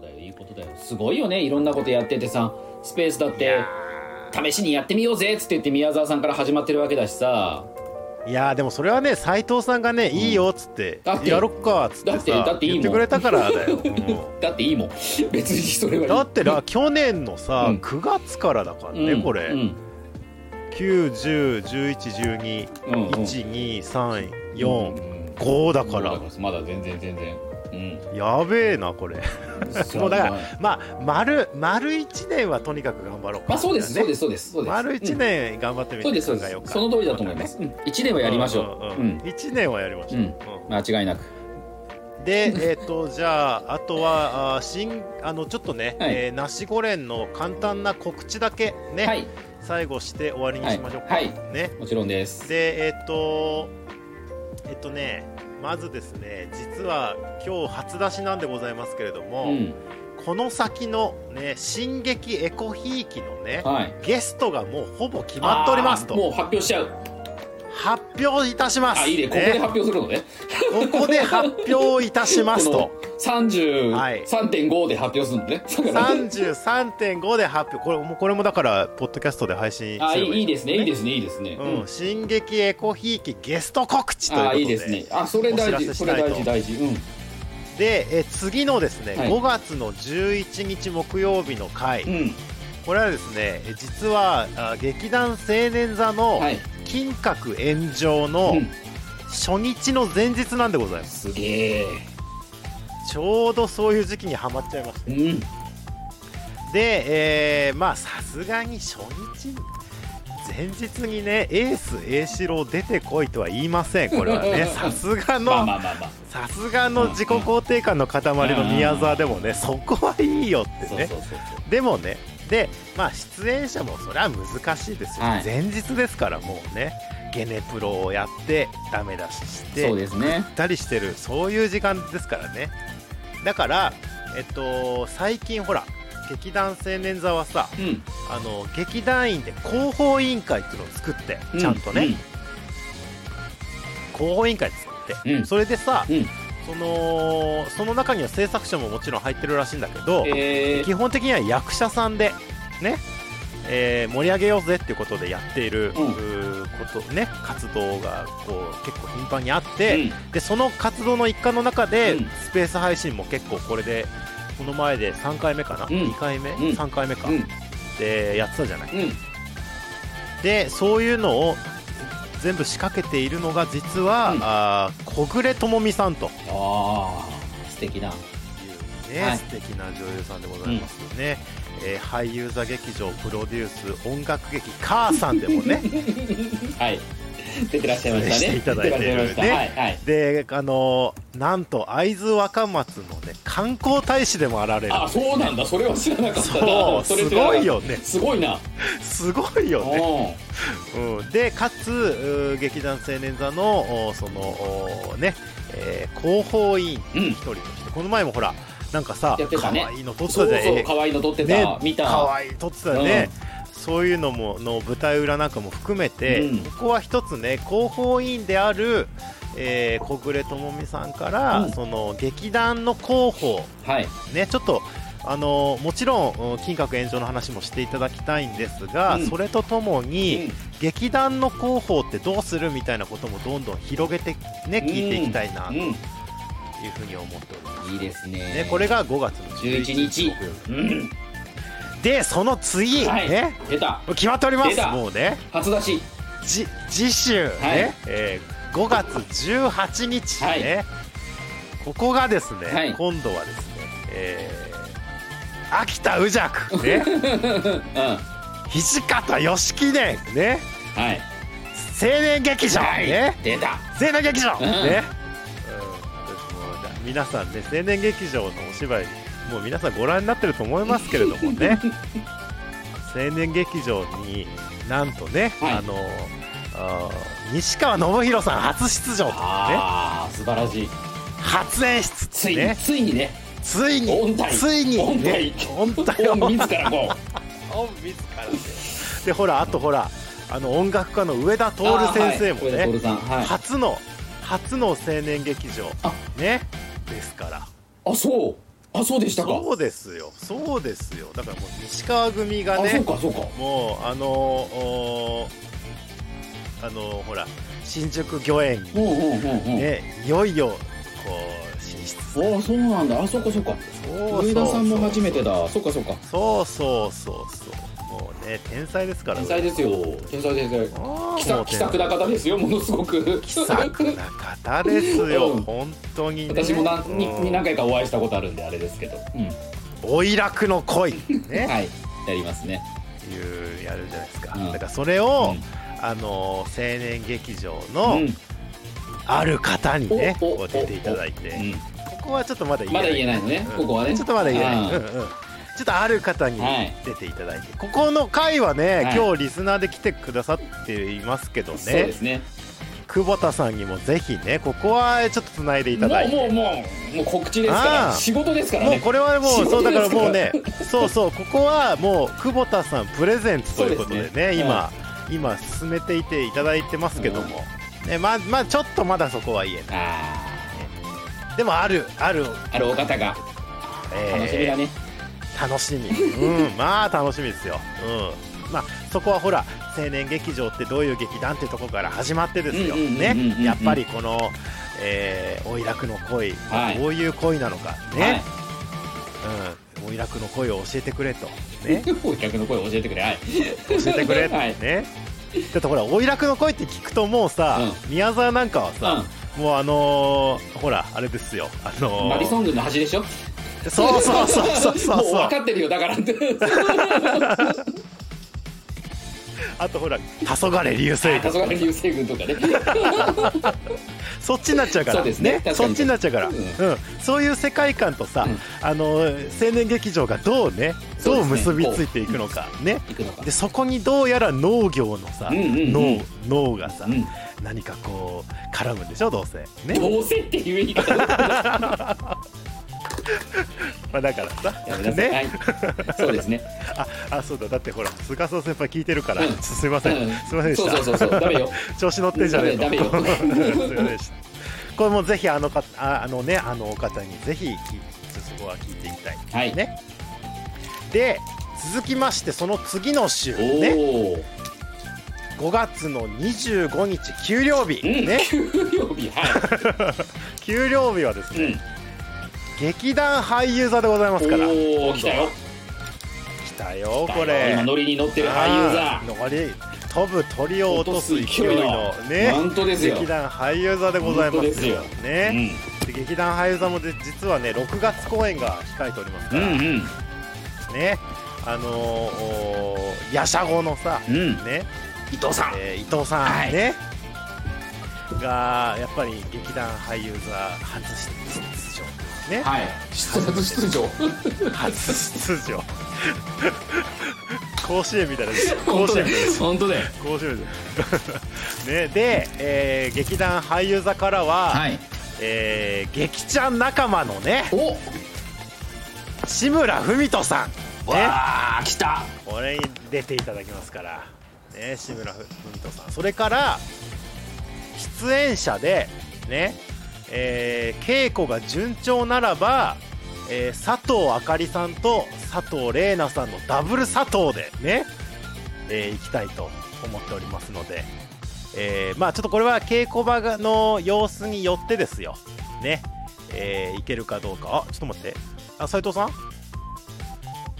だよすごいよねいろんなことやっててさスペースだって試しにやってみようぜっつって言って宮沢さんから始まってるわけだしさいやーでもそれはね斎藤さんがね、いいよっつってだってやろっかっつってだってださっていいも言んってくれたから だよ、もだっていいもん 別にそれはいういだってな去年のさ、うん9月からだからね、うんこれ、うん91011121234、うんうん3う4ん5だから、まだ全然全然 うんやべえなこれそもうだからまあまあ丸丸1年はとにかく頑張ろうかまあそうですそうですすそうですそうです丸1年頑張ってみそうでてすそう考でえようすか、その通りだと思いますうん一年はやりましょううん1年はやりましょう、うんうん間違いなくで、えっとじゃああとはあー新あのちょっとね、はいえーナシゴレンの簡単な告知だけね、はい最後して終わりにしましょうか、はいねもちろんですでえっ、とえっ、とねまずですね実は今日初出しなんでございますけれどうも、んこの先のね進撃エコひいきのねはいゲストがもうほぼ決まっておりますあーもとう発表しちゃう発表いたしますあいいねここで発表するのねねここで発表いたしますと この30はい3.5で発表するのねだから33.5で発表これもこれもだからポッドキャストで配信あすいればいいいですねいいすですねいいですねうん、進撃エコひいきゲスト告知ということあでいいですねあそれお知大ら事せそしれたいと大事大事うんでえ次のですね、はい5月の11日木曜日の回、うんこれはですねえ実はあ劇団青年座のはい金閣炎上うのん初日の前日なんでございます、すげえちょうどそういう時期にはまっちゃいましたうんで、えーまあさすがに初日前日にねエース A 四郎出てこいとは言いませんこれは ねさすまあがのまあまあまあさすがの自己肯定感の塊の宮沢でもねそこはいいよっそてうそうねそうでもねでまあ出演者もそれは難しいですよ、はい前日ですからもうねゲネプロをやってダメ出ししてそうですねったりしてるそういう時間ですからねだからえっと最近ほら劇団青年座はさうんあの劇団員で広報委員会っていうのを作ってうんちゃんとね、広報委員会作って、うんそれでさ、うんそのその中には制作者ももちろん入ってるらしいんだけど、えー基本的には役者さんでね、えー盛り上げようぜっていうことでやっている、うんうーことね活動がこう結構頻繁にあって、うんでその活動の一環の中で、うんスペース配信も結構これでこの前で3回目かな、うん2回目、うん3回目か、うんでやってたじゃないうんでそういうのを全部仕掛けているのが実は、うんあー小暮智美さんといああ素敵なうね、はい素敵な女優さんでございますよね、えー俳優座劇場プロデュース音楽劇「母さん」で もねはい出てらっしゃいました 出てねいただいてるね出らっしゃいましたはいはいであのーなんと会津若松のね観光大使でもあられるあそうなんだそれは知らなかったそうなそれす知らなかごったいよねすごいなすごいよね、おうん、でかつうー劇団青年座のおそのおね、えー広報委員うん一人としてこの前もほらなんかさやって可た愛、ねいの撮ってそたじゃうんそうえー可愛いの撮ってた、ね見た可愛い撮ってたよね、そういうのもの舞台裏なんかも含めて、うんここは一つね広報委員である、えー小暮智美さんから、うんその劇団の広報はいね、ちょっとあのもちろんうん金閣炎上の話もしていただきたいんですが、うんそれとともに、うん劇団の広報ってどうするみたいなこともどんどん広げて、ね、聞いていきたいなとういうんふうに思っております。いいですねね、これが5月の11 11日日、うん、でその次、はいね、出た決まっておりま出すたもうね初出しじ次週、ねはいえー5月18日、はいねここがですね、はい今度はですね、えー秋田宇尺、ね、うんは土方良樹伝ねい青年劇場、はい、ね出た青年劇場、うんね、うんもうだ皆さんね青年劇場のお芝居もう皆さんご覧になってると思いますけれども ね青年劇場になんとね、はいあのあー西川信弘さん初出場というねああ素晴らしい初演出っつていに、ねついにねつい音に体ついに音体ね音体を音自らこ う本自らででほらあとほらあの音楽家の上田徹先生もあーはい上田ね徹さんはい初の初の青年劇場あねですからあそうあそうでしたか、そうですよそうですよだからもう西川組があそうねかそうかもうあのおーあのほら新宿御苑にうんうんうんうん、ねいよいよこう進出ああそうなんだあそうかそうかそう上田さんも初めてだそうかそうかそうそうそうそうもうね天才ですから天才ですよ天才天才あー気もさう気さくな方ですよものすごく気さくな方ですよ、うん本当に、ね、私も何,、にうんに何回かお会いしたことあるんであれですけど、うん、おいらくの 恋ねはいやりますねっていうやるじゃないですか、うんだからそれを、あの青年劇場うのん、ある方にね、おおこう出ていただいて、うここはちょっとまだ言ん、えなまいだ言えないのね、うんここはねちょっとまだ言えない、うんあうんちょっとある方にはい出ていただいて、ここの回はね、はい今日リスナーで来てくださっていますけどーそうでねすね久保田さんにもぜひねここはちょっとつないでいもたうだいてもうもうもう告知ですからあー仕事ですからもうねこれはも仕うそ事うだでからすからもうねそうそうここはもう久保田さんプレゼンツということでねそうですね今、今進めていていただいてますけども、ねまあまあちょっとまだそこは言えなあいでもあるある、ああるお方がえー楽しみだね、楽しみうんまあ楽しみですようんまあそこはほら青年劇場ってどういう劇団っていうところから始まってですようんうんうんうんねうんうんやっぱりこの「えー、おいらくの恋」はいどういう恋なのかはねい、うん、おいらくの恋を教えてくれとね お客の声教えてくれはい教えてくれっ てはいね、だってほら「おいらくの声」って聞くともうさ、宮沢なんかはさ、もうあのーほらあれですよあうのん、ーマリソン軍の端でしょそうそうそうそうそ うもうそう分かってるよだからってあとほら「黄昏流星群黄」昏流星群とかねそっちになっちゃうからそうですね確かにそっちになっちゃうから、ううんんそういう世界観とさ、うんあのー青年劇場がどうねそうでどうすね結びついていくのかね行くのかでそこにどうやら農業のさ、うんうんうん農農がさ、うん何かこう絡むんでしょどうせね、どうせっていう言い方だまあ、だからさやめなさい、ねはい、そうですねああそうだだってほら菅総先輩聞いてるから、うん すいません、うんすいませんでしそうたそうそうそう ダメよ調子乗ってんじゃねえのダメダメよすいません でしたこれもぜひあのかああのねあのお方にぜひ聞いそこは聞いていきたいはい、ねで続きましてその次の週おねお、 5月の25日給料日、うん、ね給料日は給料日はですい、うね、ん、劇団俳優座でございますから来おお来たよたよこれ今ノリに乗ってる俳優座あー乗り飛ぶ鳥を落とす勢いのね本当ですよ劇団俳優座でございま本当ですすよね、で劇団俳優座もで実はね6月公演が控えておりますうから、んうんねあのーおーやしゃごのさ、うんうんね、伊藤さんえー伊藤さん、はいねがやっぱり劇団俳優座初出場ねはい出場出場初出場 甲子園みたいな 本甲当子園だみたいなよ本当だよ甲子園みたいな ねで、えー劇団俳優座からは、はいえー劇ちゃん仲間のねお志村文人さんねわあ来たこれに出ていただきますから、ね、志村ふ文人さんそれから出演者でね、えー稽古が順調ならば、えー佐藤あかりさんと佐藤玲奈さんのダブル佐藤でね、えー行きたいと思っておりますので、えーまあちょっとこれは稽古場の様子によってですよね、えー行けるかどうかあちょっと待ってあ斉藤さん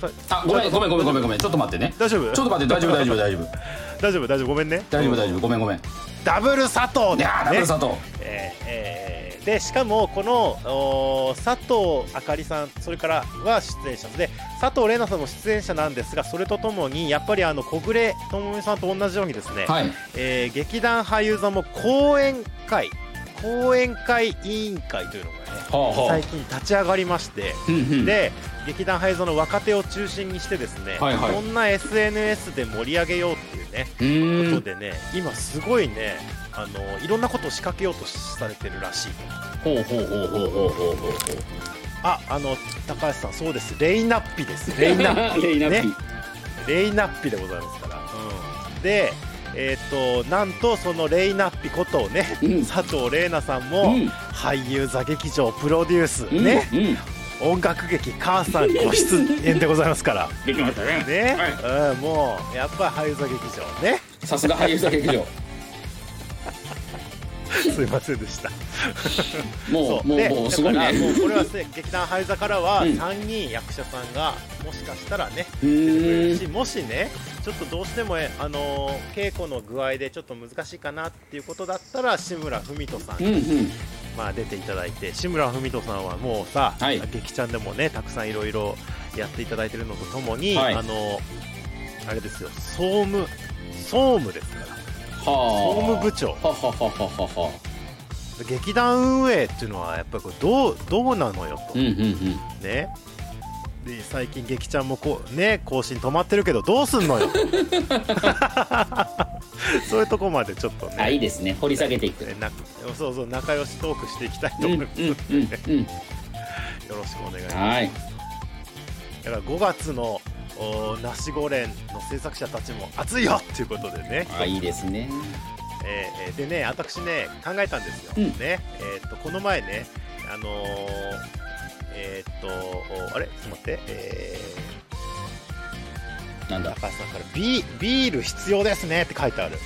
さあごめんごめんごめんごめんごめんちょっと待ってね大丈夫ちょっと待って大丈夫大丈夫大丈夫大丈夫大丈夫ごめんね大丈夫大丈夫ごめんごめんいダブル佐藤でやーダブル佐藤えーえーでしかもこのおー佐藤あかりさんそれからは出演者で佐藤玲奈さんも出演者なんですがそれとともにやっぱりあの小暮智美さんと同じようにですね、はいえー劇団俳優座も講演会講演会委員会というのがねはあは最近立ち上がりまして、あうんうんで劇団俳優座の若手を中心にしてですね、はいはいこんな SNS で盛り上げようっていうねうというーことんでね、今すごいねあのいろんなことを仕掛けようとされてるらしいほうほうほうほうほうほうほうほうああの高橋さんそうですレイナッピ ですレイナッレイナッピねピレイナッピでございますから、うん、でえーっとなんとそのレイナッピことをね、うん佐藤玲奈さんうもん俳優座劇場プロデュース、うんねうん音楽劇母さんご出演でございますからできましたねねはい、うん、もうやっぱ俳優座劇場ねさすが俳優座劇場すいませんでしたもうもうでもうすごいだからねもうこれ はね劇団俳優座からはうん3人役者さんがもしかしたらねうーんしもしねちょっとどうしてもえあのー稽古の具合でちょっと難しいかなっていうことだったら志村文人さんうにんうんまあ、出ていただいて志村文人さんはもうさ、はい劇ちゃんでもねたくさんいろいろやっていただいてるのとともに、はいあのあれですよ総務総務ですから総務は部長あはははははは劇団運営っていうのはやっぱりこうどうどうなのよと、うんうんうんねで最近劇ちゃんもこうね更新止まってるけどどうすん のよそういうとこまでちょっとねあいいですね掘り下げていくうんなそうそう仲良しトークしていきたいとうんう思いんます、よ うんろしくお願いしますはいだから5月のおーナシゴレンの制作者たちも熱いよっていうことでね、あいいですねえーえーでね私ね考えたんですよ、うんねえーっとこの前ねあのーえーっとおあれちょっと待って、えなんーだ高橋さんからビビール必要ですね」って書いてある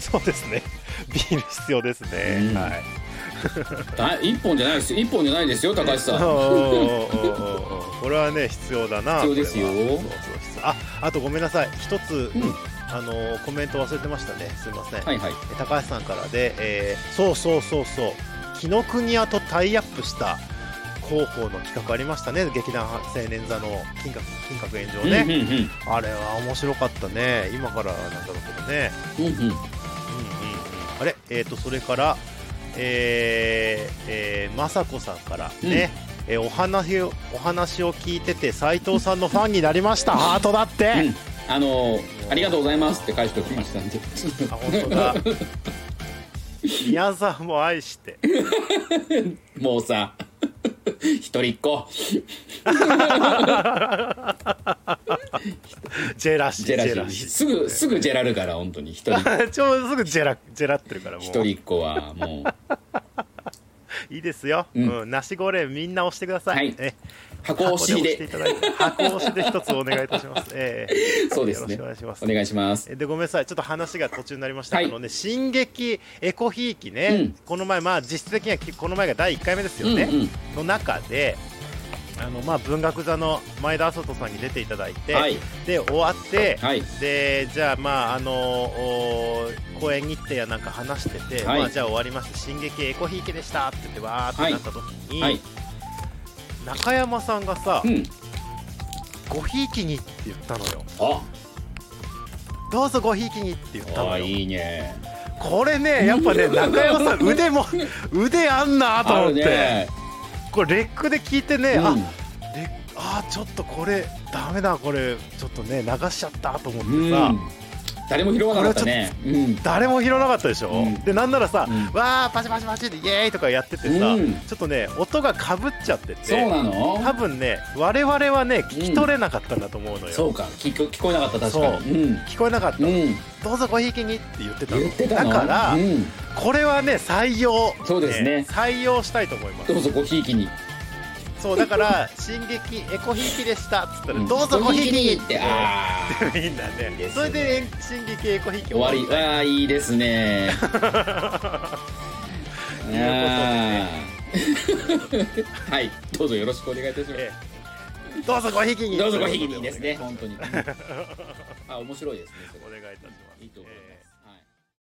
そうですね ビール必要ですね、うんはいあ一本じゃないですよ一本じゃないですよ高橋さおんーおーおーおーこれはね必要だな 必要ですよこれはそうそう必要ああとごめんなさい一つ、うんあのーコメント忘れてましたねすいません、はいはいえ高橋さんからで、えーそうそうそうそう紀ノ国屋とタイアップした広報の企画ありましたね劇団青年座の金閣金閣炎上ね、うんうんうんあれは面白かったね今からなんだろうけどねうんうん、うんうんうんあれえっ、とそれからえーえー、雅子さんからね、えーお話をお話を聞いてて斎藤さんのファンになりましたハートだって、うん、あのーありがとうございますって返しておきましたんで あ本当だ宮沢も愛してもうさ 一人っ子ジェラシージェラシーすぐすぐジェラるから本当に一 人ちょうどすぐジェラジェラってるからもう一人っ子はもういいですよ、ううんんナシゴレンみんな押してください、はいえ箱押し箱で押していでただいて箱押しで一つお願いいたします、ええ そうですねよろしくお願いしますお願いしますえでごめんなさいちょっと話が途中になりました、はいあのね進撃エコひいきね、うんこの前まあ実質的にはこの前が第1回目ですよね、うんの中であのまあ文学座の前田麻人さんに出ていただいて、はいで終わって、はいでじゃあまああのお公演日程やなんか話してて、はいまあじゃあ終わりました進撃エコひいきでしたって言ってわーってなった時に、はい中山さんがさうん「ごひいきに」って言ったのよあ「どうぞごひいきに」って言ったあのよいいねこれねやっぱね中山さん腕も腕あんなとあ思っるて、ねこれレックで聞いてね、うんあレあーちょっとこれダメだこれちょっとね流しちゃったと思ってさ、うん誰も拾わなかったねうん誰も拾わなかったでしょ、うんでなんならさ、うんわーパチパチパチってイエーイとかやっててさ、うんちょっとね音がかぶっちゃってそうてなの多分ね我々はね聞き取れなかったんだと思うのよ、そうか聞こ聞こえなかった確かに聞こえなかっうた、んうんどうぞごひいきにって言ってたの言ってたのだから、うんこれはね採用そうですね採用したいと思いますどうぞごひいきにそうだから「進撃エコひいきでした」っつったら「どうぞごごひひいきに」いっきにっててああみんなねいいですねそれで「進撃エコひいき」終わりああいいです ねあ ーはいどうぞよろしくお願いいたします、ええどうぞごひいきにどうぞごひい きにですね本当にあ面白いですねそれお願いいたしますいいと思います、はい